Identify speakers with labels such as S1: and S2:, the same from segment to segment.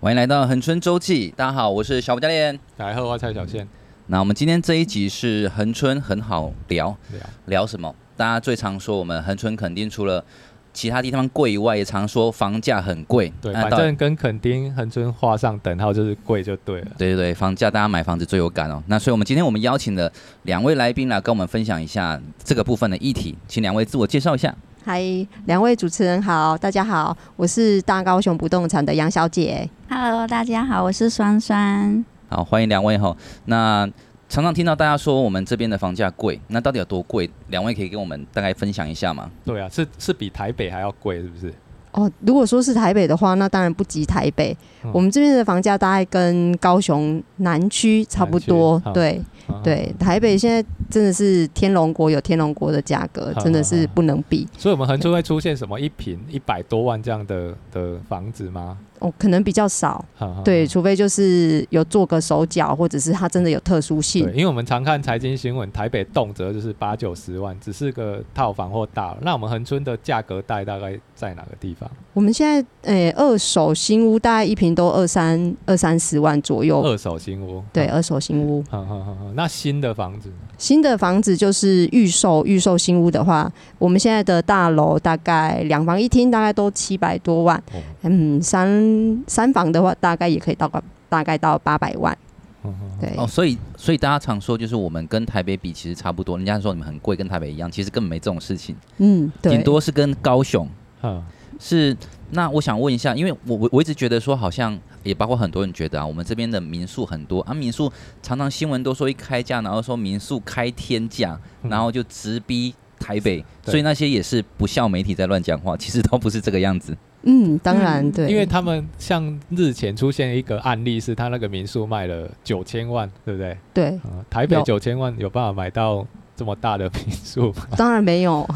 S1: 欢迎来到恒春周记。大家好，我是小吴教练。
S2: 来喝花菜小线
S3: 嗯
S1: 那我们今天这一集是恒春很好聊，
S2: 聊，
S1: 聊什么？大家最常说我们恒春肯定除了其他地方贵以外，也常说房价很贵。
S2: 对，
S1: 那
S2: 反
S1: 到底
S2: 正跟垦丁、恒春画上等号就是贵就对了。
S1: 对对对，房价大家买房子最有感哦。那所以我们今天我们邀请了两位来宾来跟我们分享一下这个部分的议题，请两位自我介绍一下。
S3: 嗨，两位主持人好，大家好，我是大高雄不动产的杨小姐。
S4: Hello，大家好，我是酸酸。
S1: 好，欢迎两位哈。那常常听到大家说我们这边的房价贵，那到底有多贵？两位可以跟我们大概分享一下吗？
S2: 对啊，是是比台北还要贵，是不是？
S3: 哦，如果说是台北的话，那当然不及台北。
S2: 嗯
S3: 我们这边的房价大概跟高雄南区差不多
S2: 南区好，
S3: 对
S2: 啊，
S3: 对。台北现在真的是天龙国有天龙国的价格，
S2: 好
S3: 真的是不能比。
S2: 所以我们恒春会出现什么一平一百多万这样的的房子吗？
S3: 哦，可能比较少，
S2: 哈哈
S3: 对，除非就是有做个手脚，或者是它真的有特殊
S2: 对，
S3: 性。
S2: 因为我们常看财经新闻，台北动辄就是八九十万，只是个套房或大楼。那我们恒春的价格带大概在哪个地方？
S3: 我们现在，诶、二手新屋大概一平都二三二三十万左右，
S2: 二手新屋。
S3: 对，
S2: 哈。
S3: 二手新屋。
S2: 哈哈哈哈那新的房子呢，
S3: 新的房子就是预售，预售新屋的话，我们现在的大楼大概两房一厅大概都七百多万，
S2: 哦
S3: 嗯，三三房的话大概也可以到个大概到八百万，
S2: 嗯嗯嗯
S3: 对，
S1: 哦，所以所以大家常说就是我们跟台北比其实差不多，人家说你们很贵，跟台北一样，其实根本没这种事情，
S3: 嗯，
S1: 顶
S3: 对，
S1: 多是跟高雄
S2: 嗯
S1: 是。那我想问一下，因为我我我一直觉得说，好像也包括很多人觉得啊，我们这边的民宿很多啊，民宿常常新闻都说一开价，然后说民宿开天价，
S2: 嗯
S1: 然后就直逼台北，
S2: 对
S1: 所以那些也是不孝媒体在乱讲话，其实都不是这个样子。
S3: 嗯，当然
S4: 嗯
S3: 对，
S2: 因为他们像日前出现一个案例，是他那个民宿卖了九千万，对不对？
S3: 对，
S2: 啊、台北
S3: 有
S2: 九千万有办法买到这么大的民 宿吗？
S3: 当然没有，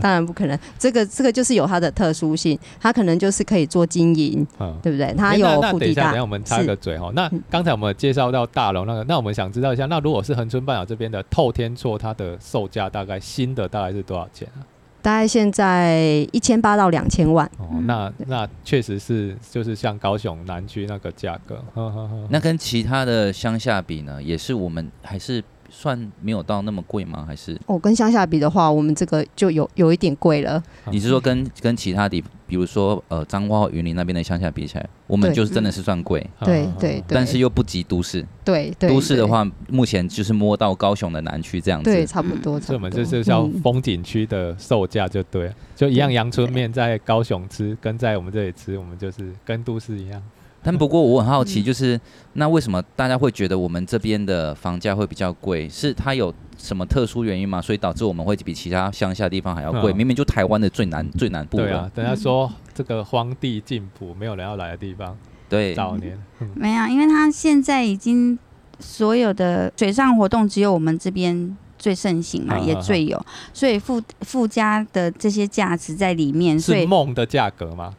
S3: 当然不可能，这个这个就是有它的特殊性，它可能就是可以做经营，
S2: 嗯。
S3: 对不对？
S2: 诶
S3: 它
S2: 那
S3: 有
S2: 那
S3: 腹
S2: 等一
S3: 地
S2: 下，等
S3: 大
S2: 一下，我们插
S3: 是嗯
S2: 个嘴哈。那刚才我们介绍到大楼那个，那我们想知道一下，那如果是恒春半岛这边的透天厝，它的售价大概新的大概是多少钱啊？
S3: 大概现在一千八到两千万，
S2: 哦，
S4: 嗯
S2: 那那确实是就是像高雄南区那个价格，呵呵呵
S1: 那跟其他的乡下比呢，也是我们还是算没有到那么贵吗？还是
S3: 哦，跟乡下比的话，我们这个就有有一点贵了。
S2: 嗯
S1: 你是说跟跟其他地，比如说呃彰化、云林那边的乡下比起来，我们
S3: 对
S1: 就是真的是算贵，
S3: 对
S2: 嗯嗯
S3: 对
S2: 嗯
S3: 对，
S1: 但是又不及都市。
S3: 对对，
S1: 都市的
S3: 对
S1: 话，目前就是摸到高雄的南区这样
S3: 对，
S1: 子。
S3: 差不多，差
S2: 所以我
S3: 不
S2: 们
S3: 多。
S2: 就是叫
S3: 嗯
S2: 风景区的售价就对了，就一样阳春面在高雄吃，跟在我们这里吃，我们就是跟都市一样。
S1: 但不过我很好奇，
S4: 嗯
S1: 就是那为什么大家会觉得我们这边的房价会比较贵？是它有什么特殊原因吗？所以导致我们会比其他乡下地方还要贵？
S2: 嗯
S1: 明明就台湾的最南最南部
S2: 对
S1: 了
S2: 啊，，等下说这个荒地进补，没有人要来的地方，
S1: 对，
S2: 早年嗯
S4: 没有，因为他现在已经所有的水上活动只有我们这边最盛行嘛，
S2: 啊
S4: 也
S2: 啊啊
S4: 最有，所以附附加的这些价值在里面，所
S2: 是
S4: 以
S2: 梦的价格嘛？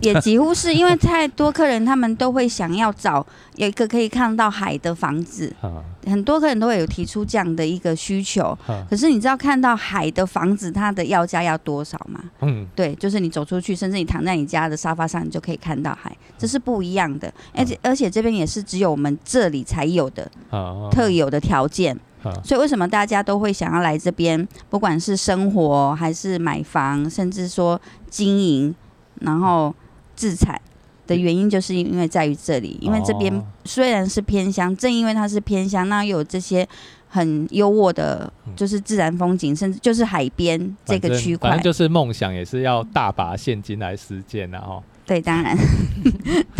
S4: 也几乎是因为太多客人他们都会想要找有一个可以看到海的房子，
S2: 啊
S4: 很多客人都会有提出这样的一个需求。
S2: 啊
S4: 可是你知道看到海的房子它的要价要多少吗？
S2: 嗯，
S4: 对，就是你走出去，甚至你躺在你家的沙发上，你就可以看到海，这是不一样的。而且
S2: 嗯
S4: 而且这边也是只有我们这里才有的
S2: 啊啊
S4: 特有的条件，
S2: 啊
S4: 所以为什么大家都会想要来这边，不管是生活还是买房，甚至说经营，然后自产。的原因就是因为在于这里，因为这边
S2: 嗯哦
S4: 虽然是偏乡，正因为它是偏乡，那又有这些很优渥的
S2: 嗯，
S4: 就是自然风景，甚至就是海边这
S2: 反
S4: 个
S2: 正
S4: 区
S2: 反
S4: 块
S2: 正。就是梦想也是要大把现金来实践啊哦然后
S4: 对，当然，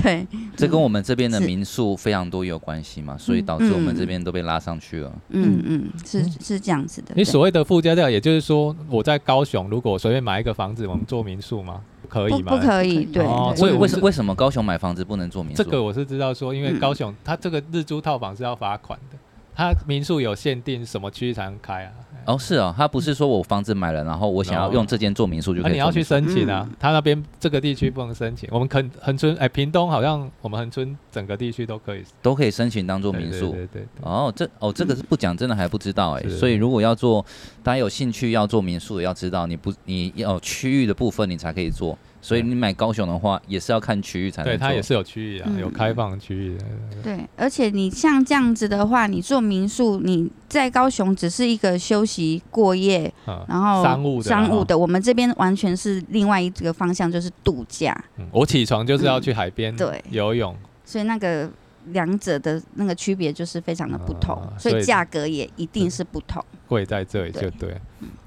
S4: 对，
S1: 这跟我们这边的
S4: 是
S1: 民宿非常多有关系嘛，所以导致我
S3: 嗯
S1: 们这边都被拉上去了。
S4: 嗯嗯，是
S2: 嗯
S4: 是这样子的。
S2: 你
S4: 对
S2: 所谓的附加价，也就是说我在高雄如果随便买一个房子，我们做民宿吗？可
S4: 不
S2: 以吗？
S4: 不可以，对，
S2: 哦
S4: 对
S2: 所以
S1: 为为
S2: 我们
S1: 什
S2: 是
S1: 为什么高雄买房子不能做民宿？
S2: 这个我是知道说，因为
S4: 嗯
S2: 高雄它这个日租套房是要罚款的，它民宿有限定什么区域才能开啊？
S1: 哦是哦，他不是说我房子买了，然后我想要用这间做民宿就
S2: 那、
S1: 可以做民宿。
S2: 哦啊你要去申请啊，它那边这个地区不能申请，我们垦恒春哎，屏东好像我们恒春整个地区都可以
S1: 都可以申请当做
S2: 做
S1: 民宿。
S2: 对对对对
S1: 哦，这哦，这个是不讲，真的还不知道哎。
S2: 是
S1: 所以如果要哦做，大家有兴趣要做民宿，也要知道你不你要有区域的部分，你才可以做。所以你买高雄的话，也是要看区域才能
S2: 对，
S1: 做。
S2: 它也是有区域啊，
S4: 嗯
S2: 有开放区域的。啊
S4: 对，而且你像这样子的话，你做民宿，你在高雄只是一个休息过夜，
S2: 嗯，
S4: 然后
S2: 商务的啦
S4: 商务的，我们这边完全是另外一个方向，就是度假，
S2: 嗯我起床就是要去海边
S4: 嗯对
S2: 游泳，
S4: 所以那个两者的那个区别就是非常的不同，
S2: 啊
S4: 所
S2: 所
S4: 以
S2: 以
S4: 价格也一定是不同。
S2: 贵在这里
S4: 对
S2: 就对。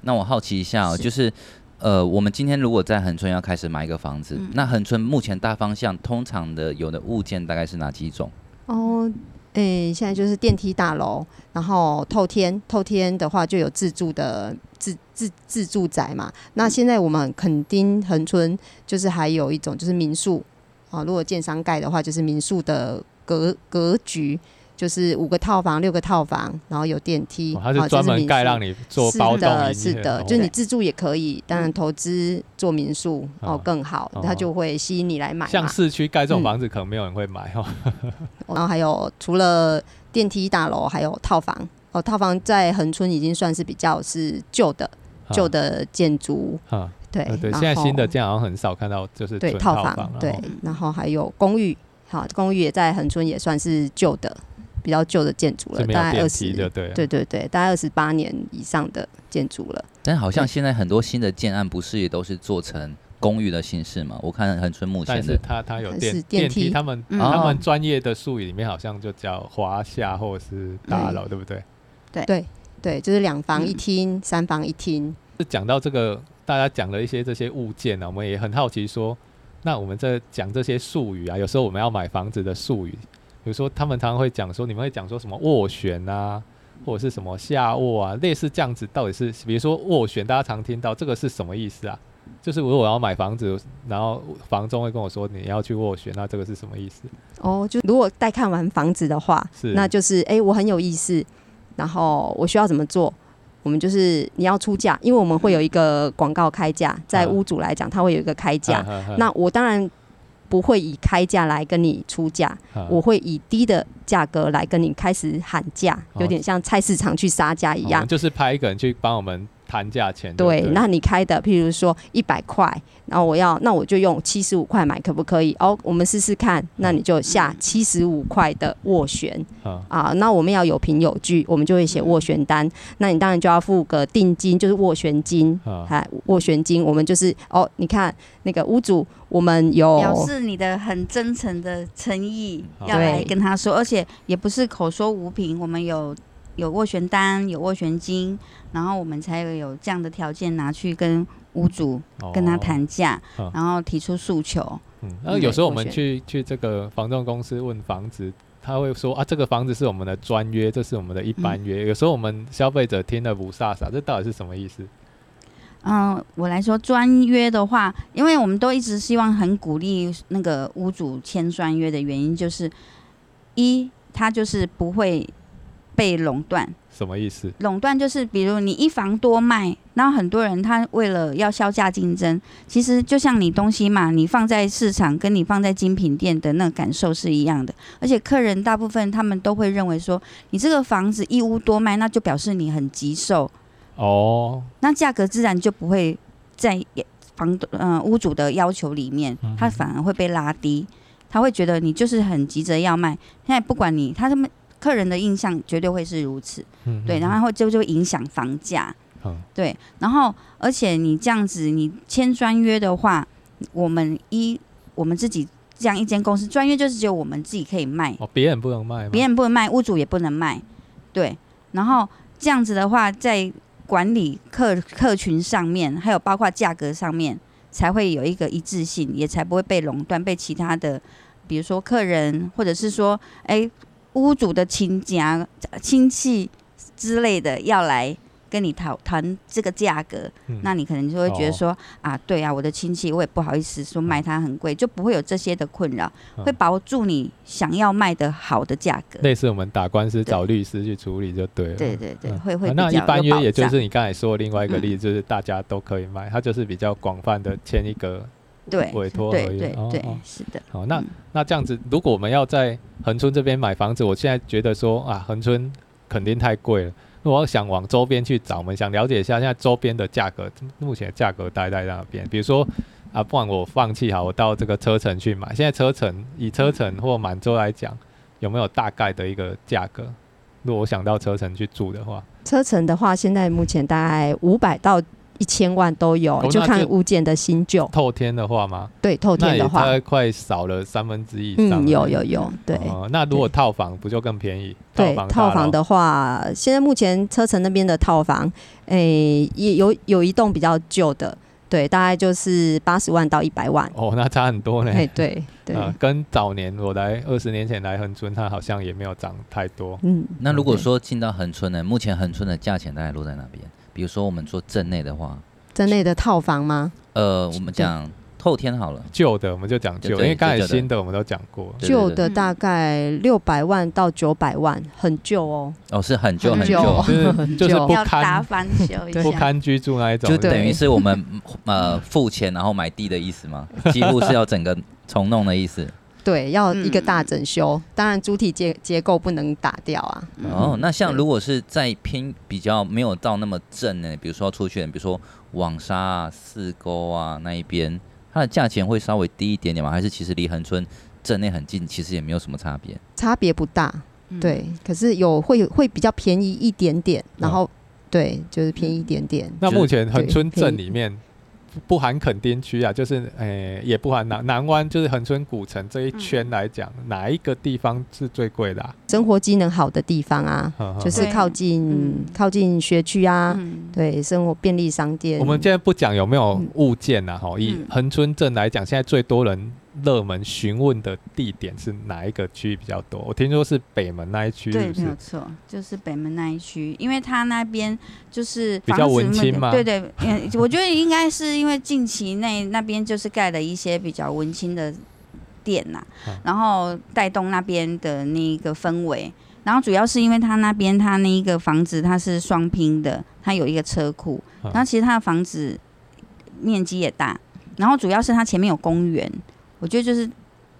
S1: 那我好奇一下、哦，
S4: 是
S1: 就是呃，我们今天如果在恒春要开始买一个房子，
S4: 嗯
S1: 那恒春目前大方向通常的有的物件大概是哪几种？
S3: 哦，诶、现在就是电梯大楼，然后透天，透天的话就有自住的自自自住宅嘛。那现在我们垦丁恒村就是还有一种就是民宿啊，如果建商盖的话，就是民宿的格格局。就是五个套房、六个套房，然后有电梯，
S2: 哦它
S3: 啊
S2: 是专门盖让
S3: 你
S2: 你做包栋营业
S3: 是的，是的，
S2: 哦
S3: 就是你自住也可以，当
S2: 嗯
S3: 然投资做民宿哦
S2: 啊
S3: 更好，它
S2: 啊
S3: 就会吸引你来买嘛。
S2: 像市区盖这种
S3: 嗯
S2: 房子，可能没有人会买哦。
S3: 然后还有除了电梯大楼，还有套房。哦，套房在恒春已经算是比较是旧的、 旧的建筑，
S2: 啊，
S3: 对
S2: 呃对，
S3: 然
S2: 现
S3: 后
S2: 在新的这样好像很少看到，就是
S3: 对
S2: 纯
S3: 套
S2: 房
S3: 房
S2: 了，
S3: 对
S2: 哦，
S3: 然后还有公寓，好，公寓也在恒春也算是旧的，比较旧的建筑了，
S2: 是没有
S3: 大概二
S2: 电
S3: 十
S2: 梯，的，对啊，
S3: 对对对，大概二十八年以上的建筑了。
S1: 但好像现在很多新的建案不是也都是做成公寓的形式嘛？我看恒春目
S2: 但
S1: 前
S2: 是
S1: 的
S2: 它它有
S3: 还
S2: 电
S3: 是
S2: 电
S3: 电
S2: 梯，
S3: 梯
S2: 他们
S4: 嗯
S2: 他们
S1: 哦
S2: 专业的术语里面好像就叫华夏或是大楼，对不对？
S3: 对，就是两房一
S4: 嗯
S3: 厅、三房一厅。
S2: 就讲到这个，大家讲了一些这些物件呢、啊，我们也很好奇说，那我们在讲这些术语啊，有时候我们要买房子的术语，比如说他们常常会讲说，你们会讲说什么斡旋啊，或者是什么下斡啊，类似这样子，到底是比如说斡旋，大家常听到啊这个是什么哦意思啊？就是如果我要买房子，然后房东会跟我说你要去斡旋，那这个是什么意思？
S3: 哦，就如果带看完房子的话，
S2: 是
S3: 那就是哎、诶我很有意思，然后我需要怎么做？我们就是你要出价，因为我们会有一个广告开价，在
S2: 啊
S3: 屋主来讲，他会有一个开价。
S2: 啊啊啊
S3: 那我当然不会以开价来跟你出价，
S2: 啊
S3: 我会以低的价格来跟你开始喊价，
S2: 哦
S3: 有点像菜市场去杀价一
S2: 我
S3: 样
S2: 们。就是派一啊个人去帮我们谈价钱就
S3: 对
S2: 了，
S3: 那你开的，譬如说一百块，然后我要，那我就用七十五块买，可不可以？哦，我们试试看。那你就下七十五块的斡旋
S2: 啊
S3: 啊，那我们要有凭有据，我们就会
S2: 嗯
S3: 写斡旋单。那你当然就要付个定金，就是斡旋金，
S2: 啊
S3: 哎、斡旋金，我们就是哦，你看那个屋主，我们有
S4: 表示你的很真诚的诚意，
S2: 哦好
S4: 要来
S3: 对
S4: 跟他说，而且也不是口说无凭，我们有有斡旋单，有斡旋金，然后我们才会有这样的条件拿去跟屋主跟他
S2: 哦
S4: 谈价，
S2: 嗯
S4: 然后提出诉求。
S2: 嗯，那有时候我们去去这个房仲公司问房子，他会说啊，这个房子是我们的专约，这是我们的一般
S4: 嗯
S2: 约。有时候我们消费者听了不飒飒，这到底是什么意思？
S4: 嗯，我来说专约的话，因为我们都一直希望很鼓励那个屋主签专约的原因，就是一他就是不会被垄断，
S2: 什么意思？
S4: 垄断就是比如你一房多卖，然后很多人他为了要销价竞争，其实就像你东西嘛，你放在市场跟你放在精品店的那个感受是一样的，而且客人大部分他们都会认为说，你这个房子一屋多卖，那就表示你很急售，
S2: 哦，
S4: 那价格自然就不会在房嗯、屋主的要求里面
S2: 嗯，
S4: 他反而会被拉低，他会觉得你就是很急着要卖，现在不管你，他他们客人的印象绝对会是如此。
S2: 嗯
S4: 对，然后会就就会影响房价。
S2: 嗯
S4: 对，然后而且你这样子，你签专约的话，我们一我们自己这样一间公司，专约就是只有我们自己可以卖，
S2: 哦，别人不能卖吗？
S4: 别人不能卖，屋主也不能卖。对，然后这样子的话，在管理客客群上面，还有包括价格上面，才会有一个一致性，也才不会被垄断，被其他的，比如说客人，或者是说，哎、屋主的亲家、亲戚之类的要来。跟你讨谈这个价格，
S2: 嗯
S4: 那你可能就会觉得说、啊，对啊，我的亲戚我也不好意思说卖它很贵，就不会有这些的困扰，
S2: 嗯
S4: 会保住你想要卖的好的价格。
S2: 类似我们打官司找律师去处理就对了。
S4: 对对对，
S2: 嗯
S4: 会会
S2: 啊
S4: 比较
S2: 那一般
S4: 有
S2: 约
S4: 保
S2: 也就
S4: 障嗯
S2: 是你刚才说的另外一个例子，就是大家都可以卖，它就是比较广泛的签一个
S4: 对
S2: 委托合
S4: 对
S2: 约。
S4: 对
S2: 哦
S4: 对
S2: 哦，
S4: 是的，
S2: 好，那
S4: 嗯
S2: 那这样子，如果我们要在恒春这边买房子，我现在觉得说啊，恒春肯定太贵了。那我要想往周边去找，我们想了解一下现在周边的价格，目前的价格大概在那边。比如说啊，不然我放弃好，我到这个车城去买。现在车城以车城或满洲来讲，有没有大概的一个价格？如果我想到车城去住的话，
S3: 车程的话，现在目前大概五百到一千万都有，
S2: 哦
S3: 就
S2: 那
S3: 看
S2: 这
S3: 物件的新旧。
S2: 透天的话吗？
S3: 对，透
S2: 那
S3: 天
S2: 也
S3: 的
S2: 大
S3: 话，
S2: 概快少了三分之一以上了。
S3: 嗯，有有有，对。
S2: 哦，那如果套房不就更便宜？
S3: 对
S2: 房
S3: 套
S2: 套
S3: 房的话，现在目前车城那边的套房，诶、也有有一栋比较旧的，对，大概就是八十万到一百万，
S2: 哦，那差很多呢。
S3: 哎、对对，
S2: 呃，跟早年我来二十年前来恒春，它好像也没有涨太多。
S3: 嗯，
S1: 那如果说进到恒春呢，目前恒春的价钱大概落在哪边？比如说我们做镇内的话，
S3: 真类的套房吗？
S1: 呃，我们讲透天好了，
S2: 旧的我们就讲旧，
S1: 对
S2: 因为刚才
S1: 就旧的
S2: 新的我们都讲过。
S1: 对
S3: 旧的大概六百万到九百万，很旧哦。
S1: 哦，是很旧
S3: 很
S1: 很
S3: 旧
S1: 旧
S2: 就，是就是不
S4: 要打
S2: 堪
S4: 翻修一
S2: 不
S4: 下。
S2: 堪居住那一种
S1: 就
S2: 的，
S3: 对
S1: 等于是我们呃付钱然后买地的意思吗？几乎是要整个重弄的意思。
S3: 对，要一个
S4: 嗯
S3: 大整修，当然主体结结构不能打掉啊。
S4: 嗯
S1: 哦，那像
S3: 对
S1: 如果是在偏比较没有到那么正呢，比如说出去的，比如说网沙啊、四沟啊那一边，它的价钱会稍微低一点点吗？还是其实离恒春镇内很近，其实也没有什么差别？
S3: 差别不大，
S4: 嗯
S3: 对，可是有会有会比较便宜一点点，然
S2: 嗯
S3: 后、对，就是便宜一点点。
S2: 那目前恒春
S3: 就是
S2: 镇里面不不含垦丁区啊，就是诶、也不含南南湾，就是恒春古城这一
S3: 嗯
S2: 圈来讲，哪一个地方是最贵的、啊？
S3: 生活机能好的地方啊，
S2: 呵 呵
S3: 就是
S4: 对
S3: 靠近
S4: 嗯
S3: 靠近学区啊，
S4: 嗯
S3: 对，生活便利商店。
S2: 我们现在不讲有没有物件啊，哈、以
S4: 嗯
S2: 恒春镇来讲，现在最多人热门询问的地点是哪一个区域比较多？我听说是北门那一区，是
S4: 对，
S2: 不
S4: 没有
S2: 是？
S4: 错，就是北门那一区，因为他那边就是
S2: 比较
S4: 房子
S2: 文
S4: 那
S2: 青
S4: 个
S2: 吗
S4: 对对，嗯 我觉得应该是因为近期内那边就是盖了一些比较文青的店呐、
S2: 嗯
S4: 然后带动那边的那一个氛围。然后主要是因为他那边他那一个房子它是双拼的，它有一个车库，
S2: 嗯
S4: 然后其实他的房子面积也大，然后主要是它前面有公园，我觉得就是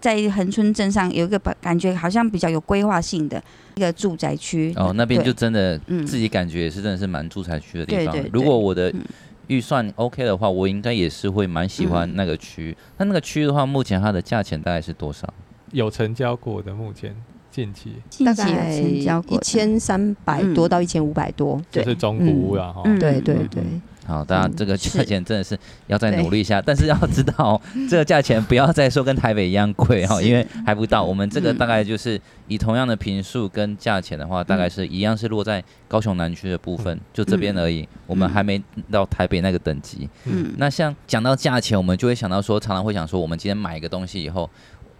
S4: 在恒春镇上有一个感觉好像比较有规划性的一个住宅区。
S1: 哦，那边
S4: 对
S1: 就真的
S4: 嗯
S1: 自己感觉也是真的是蛮住宅区的地
S4: 对
S1: 方。
S4: 对对
S1: 如果我的
S4: 嗯
S1: 预算 OK 的话，我应该也是会蛮喜欢
S4: 嗯
S1: 那个区。那、那个区的话，目前它的价钱大概是多少？
S2: 有成交过的，目前近期
S4: 近
S3: 大
S4: 期有
S3: 概
S4: 成交
S3: 一
S4: 过的
S3: 千三百
S4: 嗯
S3: 多到一千五百多，
S2: 就
S4: 对
S2: 是中古屋啊了哈。
S4: 嗯
S3: 哦对对
S1: 嗯
S3: 对，
S1: 好，大家这个
S4: 是
S1: 价钱真的是要再
S3: 对
S1: 努力一下，但是要知 道这个价钱不要再说跟台北一样贵哈，
S4: 是
S1: 因为还不到。我们这个
S4: 嗯
S1: 大概就是以同样的平数跟价钱的话，大概是一样是落在高雄南区的部
S4: 嗯
S1: 分，就这边而已。我们还没到台北那个等级。
S4: 嗯，
S1: 那像讲到价钱，我们就会想到说，常常会想说，我们今天买一个东西以后，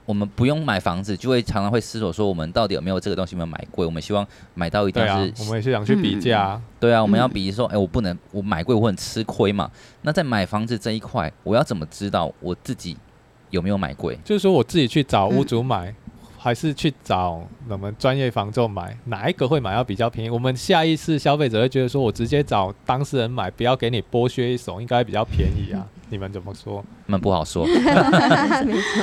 S1: 我们不用买房子，就会常常会思索说，我们到底有没有这个东西有没有买贵？我们希望买到一定
S2: 对
S1: 是
S2: 啊，我们也是想去比价、啊。
S1: 对啊，我们要
S4: 嗯
S1: 比说，哎、我不能我买贵，我很吃亏嘛。那在买房子这一块，我要怎么知道我自己有没有买贵？
S2: 就是说我自己去找屋
S4: 嗯
S2: 主买，还是去找我们专业房仲买，哪一个会买到比较便宜？我们下意识消费者会觉得说，我直接找当事人买，不要给你剥削一手，应该比较便宜 啊。你们怎么说？
S1: 那么不好
S4: 哦
S1: 说。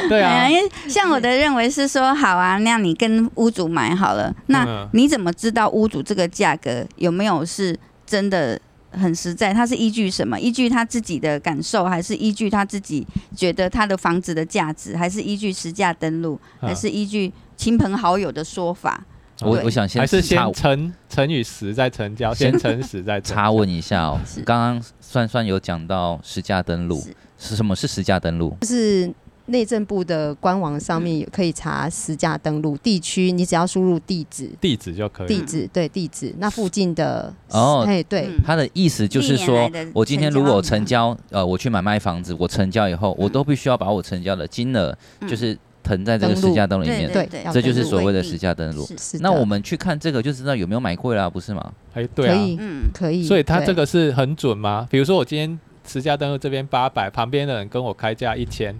S2: 对啊
S4: 哎呀，因为像我的认为是说，好啊，那你跟屋主买好了，那
S2: 嗯
S4: 你怎么知道屋主这个价格有没有是真的很实在？他是依据什么？依据他自己的感受，还是依据他自己觉得他的房子的价值，还是依据实价登录，还
S1: 啊
S2: 嗯
S4: 是依据亲朋好友的说法？
S1: 我
S4: 对
S1: 我想
S2: 还
S1: 先
S2: 是
S1: 插
S2: 先乘乘以十再成交，
S1: 先
S2: 先乘十再成
S1: 插问一下哦
S4: 是，
S1: 刚刚酸酸有讲到实价登录
S4: 是
S1: 是什么？是实价登录？
S3: 就是内政部的官网上面有可以查实价登录地区，你只要输入地址。
S2: 地址就可以
S3: 地
S2: 了。
S3: 址对地址，那附近的
S1: 哦
S3: 哎对，
S4: 嗯
S1: 他的意思就是
S4: 历
S1: 说
S4: 年来的，
S1: 我今天
S4: 成交嗯
S1: 如果
S4: 量
S1: 成交，呃，我去买卖房子，我成交以后，我都必须要把我成交的金额，
S4: 嗯
S1: 就是腾在这个
S3: 登录
S1: 实价登录里
S4: 对
S1: 面，
S3: 对
S4: 对
S3: 要
S1: 这就是
S3: 登录
S1: 所谓的
S4: 为
S1: 实
S4: 定
S1: 价登录。
S4: 是
S3: 是的
S1: 那我们去看这个就知道有没有买贵啦，不是吗？
S2: 哎，对
S3: 可
S2: 啊，
S3: 以
S4: 嗯，
S3: 可以，
S2: 所以它这
S3: 对
S2: 个是很准吗？比如说我今天实价登录这边八百，旁边的人跟我开价一千，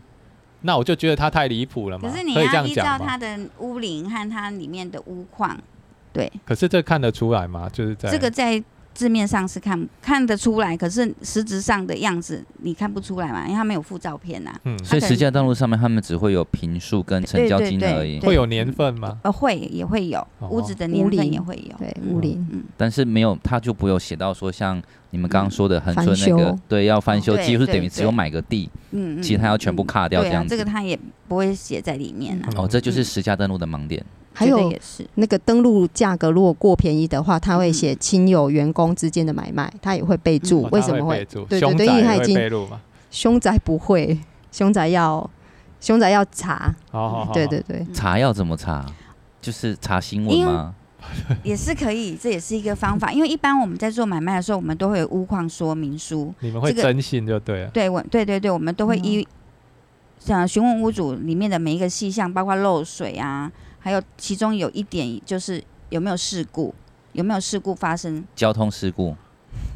S2: 那我就觉得他太离谱了嘛？
S4: 可是你
S2: 可以这
S4: 要
S2: 样
S4: 依照
S2: 讲吗？
S4: 它的屋龄和它里面的屋况，对，
S2: 可是这看得出来吗？就是在
S4: 这个在字面上是看看得出来，可是实质上的样子你看不出来嘛，因为他没有附照片呐、啊
S2: 嗯，
S1: 所以
S4: 可能
S1: 实价登录上面他们只会有平数跟成交金额而已
S4: 对，
S2: 会有年份吗？
S4: 呃，会也会有
S2: 哦
S4: 屋子的年
S3: 屋
S4: 份
S3: 龄
S4: 也会有，
S3: 对，五零。
S4: 嗯，
S1: 但是没有他就不会有写到说像你们刚刚说的恒春那
S3: 翻
S1: 个
S3: 修，
S1: 对，要翻修，
S4: 对
S1: 几乎是
S4: 对
S1: 等于只有买个地，
S4: 嗯嗯，
S1: 其他要全部
S4: 嗯
S1: 卡掉这
S4: 对啊
S1: 样，子
S4: 这个。他也不会写在里面啊。
S2: 嗯
S1: 哦，这就是实价登录的盲点。
S3: 还
S4: 觉得
S3: 有
S4: 也是，
S3: 那个登录价格如果过便宜的话，他会写亲友员工之间的买卖，他也会备注
S2: 哦。
S3: 为
S2: 他
S3: 什么
S2: 会备
S3: 会？
S2: 注？
S3: 对对
S2: 凶
S3: 对
S2: 宅
S3: 因为他
S2: 也
S3: 已
S2: 会
S3: 经
S2: 备注嘛。
S3: 凶宅不会，凶宅要凶宅要查。
S2: 好好好，
S3: 对对 对，
S1: 查要怎么查？就是查新闻吗？
S4: 也是可以，这也是一个方法。因为一般我们在做买卖的时候，我们都会有屋况说明书，
S2: 你们会
S4: 这个
S2: 征信就对了。
S4: 对，我对对对，我们都会
S3: 嗯
S4: 依想询问屋主里面的每一个细项，包括漏水啊，还有其中有一点就是有没有事故，有没有事故发生，
S1: 交通事故？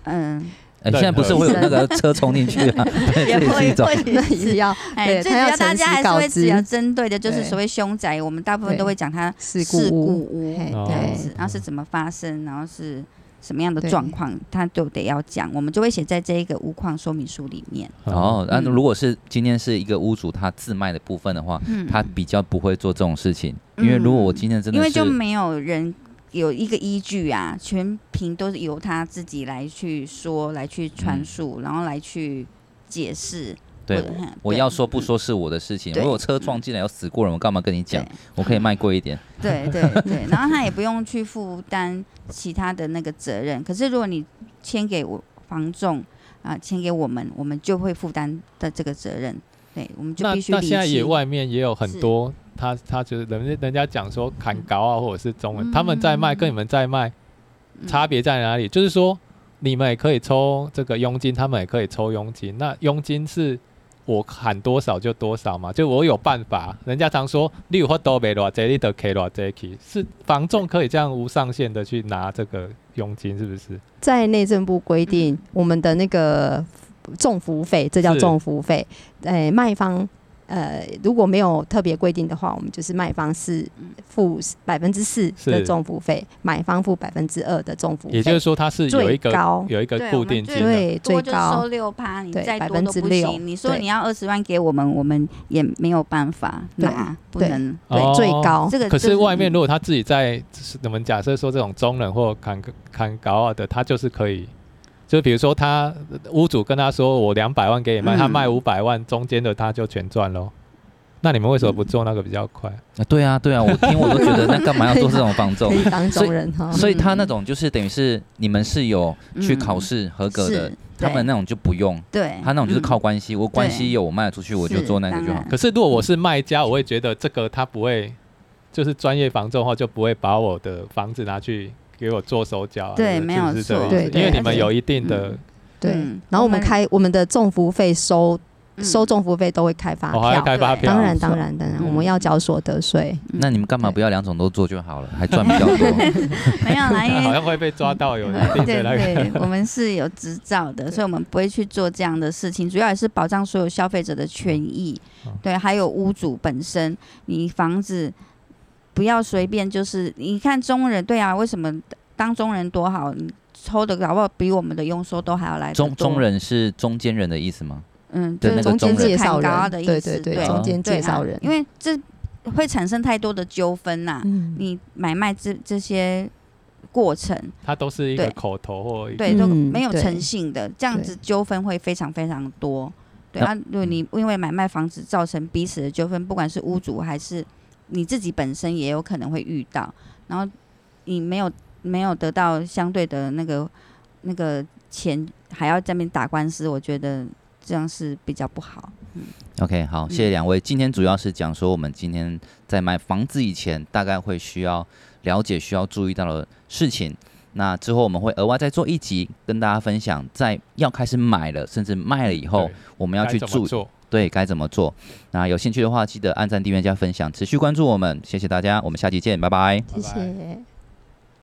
S4: 嗯，
S1: 哎，
S2: 任何
S1: 现在不是会有那个车冲进去 啊？对，这也是一种。
S3: 那也是要
S4: 哎，
S3: 对
S4: 最主
S3: 他要
S4: 要大
S3: 诚实
S4: 家还是
S3: 告
S4: 会
S3: 知
S4: 只要针对的就是
S3: 对
S4: 所谓凶宅，我们大部分
S3: 对
S4: 都会讲它
S3: 事
S4: 事故
S3: 故
S4: 屋
S3: 嘿
S4: 这样
S2: 对
S4: 子，然后是怎么发生，然后是什么样的
S3: 对
S4: 状况，它都得要讲，我们就会写在这一个屋况说明书里面。
S1: 哦，那
S4: 嗯
S1: 如果是今天是一个屋主他自卖的部分的话，
S4: 嗯
S1: 他比较不会做这种事情，因为如果我今天真
S4: 因
S1: 的
S4: 为就是没有人有一个依据啊，全凭都是由他自己来去说、来去
S1: 嗯
S4: 传述，然后来去解释。
S1: 对
S4: 或者哼
S1: 我
S4: 对
S1: 要说不说是我的事情，
S4: 对
S1: 如果车撞进来有死过人，我干嘛跟你讲
S4: 对？
S1: 我可以卖贵一点。
S4: 对对对，然后他也不用去负担其他的那个责任。可是如果你签给我房仲啊、签给我们，我们就会负担的这个责任。对，我们就
S2: 那
S4: 必须
S2: 那
S4: 理
S2: 现在也
S4: 清。
S2: 外面也有很
S4: 是
S2: 多，他他就是人家人家讲说砍高啊，或者是中文，
S4: 嗯
S2: 他们在卖跟你们在卖差别在哪里？就是说你们也可以抽这个佣金，他们也可以抽佣金。那佣金是我喊多少就多少嘛，就我有办法。人家常说你有法多没多这你的 K 多这 K，是房仲可以这样无上限的去拿这个佣金，是不是？
S3: 在内政部规定，我们的那个重服务费，这叫
S2: 是
S3: 重服务费。呃，卖方呃如果没有特别规定的话，我们就是卖方是付百分之四
S2: 是
S3: 的重服务费，买方付百分之二的重服务费，
S2: 也就是说它是有一
S3: 最
S2: 个
S3: 高
S2: 有一个
S4: 对
S2: 固
S4: 我们
S2: 定
S4: 最
S2: 金的。
S3: 对
S4: 多
S3: 最
S4: 就
S3: 高
S4: 收六趴，你
S3: 对
S4: 再多都不
S3: 6%
S4: 行。你说
S3: 对
S4: 你要二十万给我们，我们也没有办法
S3: 对
S4: 拿，不
S3: 对
S4: 能。
S3: 对、
S2: 哦
S3: 最高。
S4: 这个
S2: 可
S4: 就是
S2: 外面
S4: 嗯
S2: 如果他自己在，就是我们假设说这种中人或砍砍高啊傲的，他就是可以，就比如说他屋主跟他说我两百万给你卖，
S4: 嗯
S2: 他卖五百万，中间的他就全赚喽。那你们为什么
S4: 嗯
S2: 不做那个比较快？
S1: 啊，对啊，对啊，我听我都觉得那干嘛要做这种房 仲
S3: 可？以当中人哈，
S1: 所以他那种就是等于是你们是有去考
S4: 啊嗯
S1: 试合格的
S4: 是，
S1: 他们
S4: 对
S1: 那种就不用，
S4: 对，
S1: 他那种就是
S4: 嗯
S1: 靠关系，我关系
S4: 对
S1: 有我卖得出去，我就是做那个就
S4: 当
S1: 好
S4: 然。嗯
S2: 可是如果我是卖家，我会觉得这个他不会，就是专业房仲的话，就不会把我的房子拿去给我做手脚啊、
S4: 对
S2: 是不
S4: 没有
S2: 是这个
S4: 错
S2: 意思
S3: 对对
S2: 因为你们
S3: 而且
S2: 有一定的，
S4: 嗯
S3: 对。
S4: 嗯
S3: 然后我们开我们的重服务费收、
S4: 嗯
S3: 收重服务费都会开发
S2: 我、哦还要
S3: 票，
S2: 开发
S4: 对
S2: 票，
S3: 当然当然当然，
S4: 嗯
S3: 我们要缴所得税。
S4: 嗯
S1: 那你们干嘛不要两种都做就好了，还赚比较 多？
S4: 嗯没有 啦，因
S2: 好
S4: 为
S2: 像会被抓到有一
S4: 哎嗯对
S2: 定的那个。
S4: 对，我们是有执照的，所以我们不会去做这样的事情。主要也是保障所有消费者的权益
S2: 嗯，
S4: 对，还有屋主本身，你房子不要随便就是，你看中人对啊，为什么当中人多好？你抽的搞不好比我们的佣收都还要来得
S1: 中
S4: 多啊
S1: 中，人是中间人的意思吗？
S4: 嗯，
S1: 的
S4: 就是
S1: 那个
S3: 中间
S1: 中人
S3: 介绍
S4: 砍高
S3: 人，
S4: 的意
S3: 对
S4: 思
S3: 对对，
S4: 对
S3: 中间
S4: 对
S3: 介绍
S4: 啊
S3: 人，
S4: 因为这会产生太多的纠纷呐。
S3: 嗯
S4: 你买卖这这些过程，
S2: 它都是一个
S4: 对
S2: 口头或一个
S4: 对，都
S3: 嗯
S4: 没有
S3: 对
S4: 诚信的，这样
S3: 对
S4: 子纠纷会非常非常多。对
S1: 那
S4: 啊，如果你因为买卖房子造成彼此的纠纷，不管是屋主还是你自己本身，也有可能会遇到。然后你没有没有得到相对的那个那个钱，还要在那边打官司，我觉得这样是比较不好。
S1: OK，好，谢
S2: 嗯
S1: 谢两位。今天主要是讲说，我们今天在买房子以前，大概会需要了解、需要注意到的事情。那之后我们会额外再做一集，跟大家分享，在要开始买了，甚至卖了以后
S2: 对，
S1: 我哦们要
S2: 该
S1: 去
S2: 怎么
S1: 注意
S2: 做。
S1: 对该怎么做。那有兴趣的话，记得按赞、订阅、加分享，持续关注我们，谢谢大家，我们下期见，拜拜。
S3: 谢
S2: 拜拜
S3: 谢。